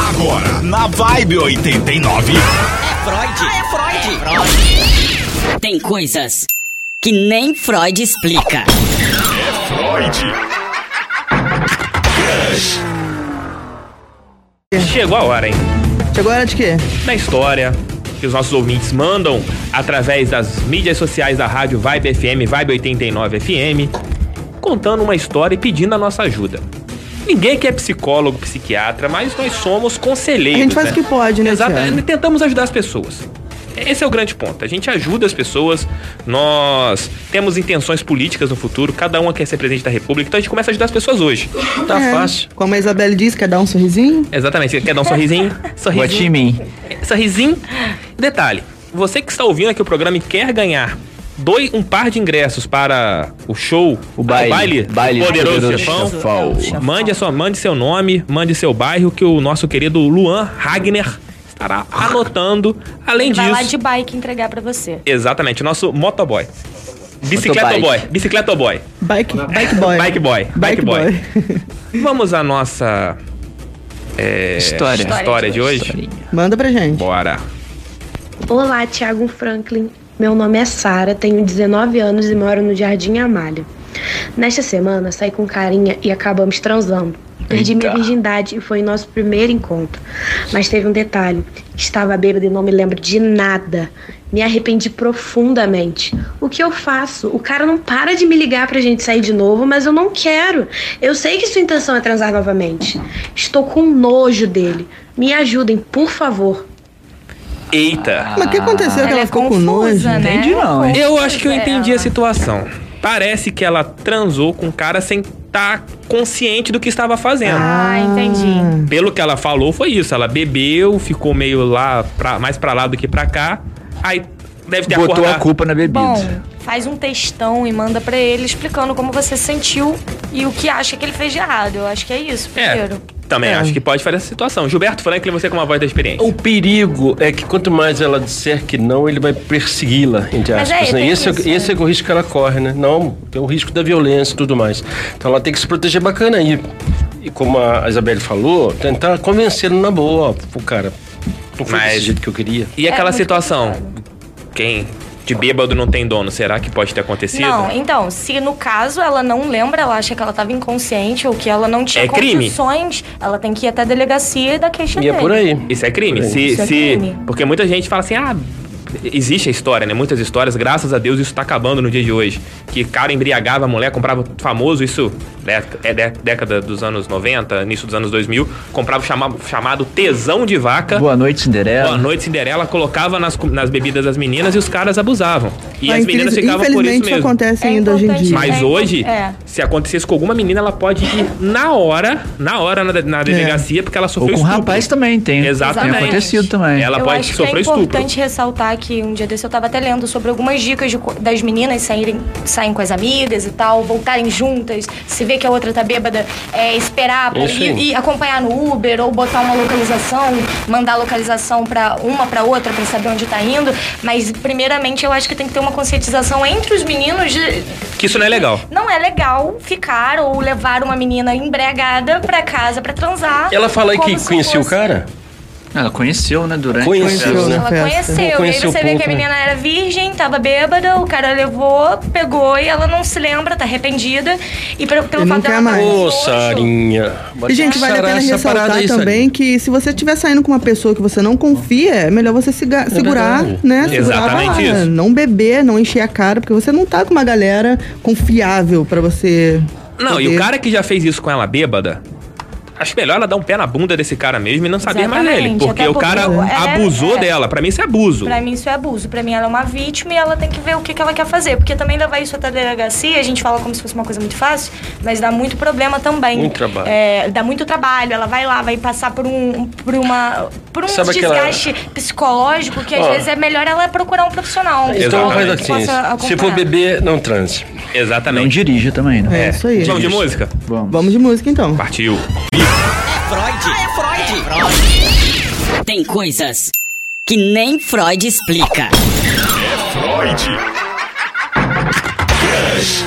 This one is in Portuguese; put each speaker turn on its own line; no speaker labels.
Agora, na Vibe 89.
Freud. é Freud. Tem coisas que nem Freud explica.
É Freud. Crush.
Chegou a hora, hein?
Chegou a hora de quê?
Na história que os nossos ouvintes mandam através das mídias sociais da rádio Vibe FM, Vibe 89 FM, contando uma história e pedindo a nossa ajuda. Ninguém aqui é psicólogo, psiquiatra, mas nós somos conselheiros.
A gente faz o que pode, né,
Exatamente.
Thiago?
Tentamos ajudar as pessoas. Esse é o grande ponto. A gente ajuda as pessoas, nós temos intenções políticas no futuro, cada uma quer ser presidente da república, então a gente começa a ajudar as pessoas hoje.
Tá
É,
fácil.
Como a Isabelle disse, quer dar um sorrisinho?
Exatamente. Você quer dar um sorrisinho?
What
Sorrisinho.
you mean?
Sorrisinho. Detalhe, você que está ouvindo aqui o programa e quer ganhar dois, um par de ingressos para o show,
O baile. Baile do
Poderoso,
Poderoso
Chefão,
Chefão.
mande, a sua, mande seu nome, mande seu bairro, que o nosso querido Luan Ragner estará anotando. Além
Ele vai lá
disso,
de bike entregar pra você.
exatamente, nosso motoboy. Bicicleta
Motobike.
boy, bicicleta boy,
Bike, bike boy.
bike boy, bike,
Bike
boy.
boy.
Vamos à nossa é,
História.
história de hoje?
Historinha.
Manda pra gente.
Bora.
Olá, Thiago Franklin. Meu nome é Sara, tenho 19 anos e moro no Jardim Amália. Nesta semana, saí com carinha e acabamos transando. Perdi minha
Eita.
virgindade e foi nosso primeiro encontro. Mas teve um detalhe: estava bêbada e não me lembro de nada. Me arrependi profundamente. O que eu faço? O cara não para de me ligar pra gente sair de novo, mas eu não quero. Eu sei que sua intenção é transar novamente. Estou com nojo dele. Me ajudem, por favor.
Eita.
Mas o que aconteceu que
Ela
ela
é
ficou com nojo?
confusa, né?
Entendi não, hein?
Eu acho que eu
É,
entendi a
ela-
situação. Parece que ela transou com o cara sem estar consciente do que estava fazendo.
Ah, entendi.
Pelo que ela falou, foi isso. Ela bebeu, ficou meio lá, pra- mais pra lá do que pra cá. Aí deve ter
Botou a
acordado.
culpa na bebida.
Bom, faz um textão e manda pra ele explicando como você se sentiu e o que acha que ele fez de errado. Eu acho que é isso,
É,
primeiro.
também acho que pode fazer essa situação. Gilberto Franklin, você com uma voz da experiência.
O perigo é que quanto mais ela disser que não, ele vai persegui-la, entre
Mas
aspas.
é,
né?
tem
esse,
isso,
é, esse é o risco que ela corre, né? Não, tem o risco da violência e tudo mais. Então ela tem que se proteger bacana. E, e como a Isabelle falou, tentar convencê-lo na boa. ó, Pô, cara, não foi
Mas-
desse jeito que eu queria.
E aquela
é muito
situação? Quem de bêbado não tem dono, será que pode ter acontecido?
Não, então, se no caso ela não lembra, ela acha que ela tava inconsciente ou que ela não tinha
É crime.
condições, ela tem que ir até a delegacia e dar queixa
E é
dele.
por aí.
Isso é crime. Se,
Isso é
se-
crime.
Porque muita gente fala assim, ah, existe a história, né? Muitas histórias, graças a Deus, isso tá acabando no dia de hoje. Que cara embriagava a mulher, comprava famoso, isso né, é dé- década dos anos 90, início dos anos 2000, comprava o chama- chamado tesão de vaca.
Boa noite, Cinderela.
Boa noite, Cinderela, colocava nas, co- nas bebidas das meninas e os caras abusavam. E
Ah,
as meninas
infeliz-
ficavam por isso
Infelizmente isso
mesmo.
acontece
É
ainda hoje em
importante,
dia.
né?
Mas
É,
hoje,
é.
se acontecesse com alguma menina, ela pode ir na hora, na hora na, na delegacia, porque ela
Ou
sofreu
com um
estupro.
rapaz tá também tem.
Exatamente.
Tem acontecido também.
Ela
eu
pode
acho que
sofrer
é
estupro.
importante ressaltar que um dia desse eu tava até lendo sobre algumas dicas de co- das meninas saírem, saem com as amigas e tal, voltarem juntas, se vê que a outra tá bêbada, é, esperar pra,
Isso aí.
e, e acompanhar no Uber ou botar uma localização, mandar a localização pra uma pra outra pra saber onde tá indo. Mas primeiramente eu acho que tem que ter uma conscientização entre os meninos de
Que isso não é legal.
não é legal ficar ou levar uma menina embriagada pra casa pra transar.
Ela fala aí que
como se
conhecia o
fosse-
cara?
Ela conheceu, né? Durante.
Conheceu,
o processo.
né?
Ela
festa.
conheceu, e aí
Conheceu
você vê
pouco,
que a
né?
menina era virgem, tava bêbada, o cara levou, pegou e ela não se lembra, tá arrependida. E pelo, pelo
E não
fato
quer
dela
mais.
tá com
Ô,
nojo,
Sarinha.
E, gente, vale a
Sarar
pena
essa
ressaltar
parada aí, Sarinha.
também que se você estiver saindo com uma pessoa que você não confia, é melhor você siga- segurar,
verdade.
né? Segurar a
Exatamente
barra.
isso.
Não beber, não encher a cara, porque você não tá com uma galera confiável pra você.
Não, e o
poder-
cara que já fez isso com ela bêbada, acho melhor ela dar um pé na bunda desse cara mesmo e não saber mais dele.
Exatamente,
Porque
até
o cara
porque é-
abusou
é.
dela. Pra mim, isso é abuso.
Pra mim isso é abuso. Pra mim ela é uma vítima e ela tem que ver o que, que ela quer fazer. Porque também levar isso até a delegacia, a gente fala como se fosse uma coisa muito fácil, mas dá muito problema também.
Muito trabalho.
É, dá muito trabalho. Ela vai lá, vai passar por um, por uma, por um
Sabe aquela-
desgaste psicológico que às
Ó.
vezes é melhor ela procurar um profissional. um
Então
psicólogo
faz
que
assim.
possa
Se for
acompanhar.
beber, não transe.
Não
Exatamente.
dirige também, né?
É, isso aí.
Vamos de música?
Vamos.
Vamos de música então.
Partiu.
Tem coisas que nem Freud explica.
Freud. Crush.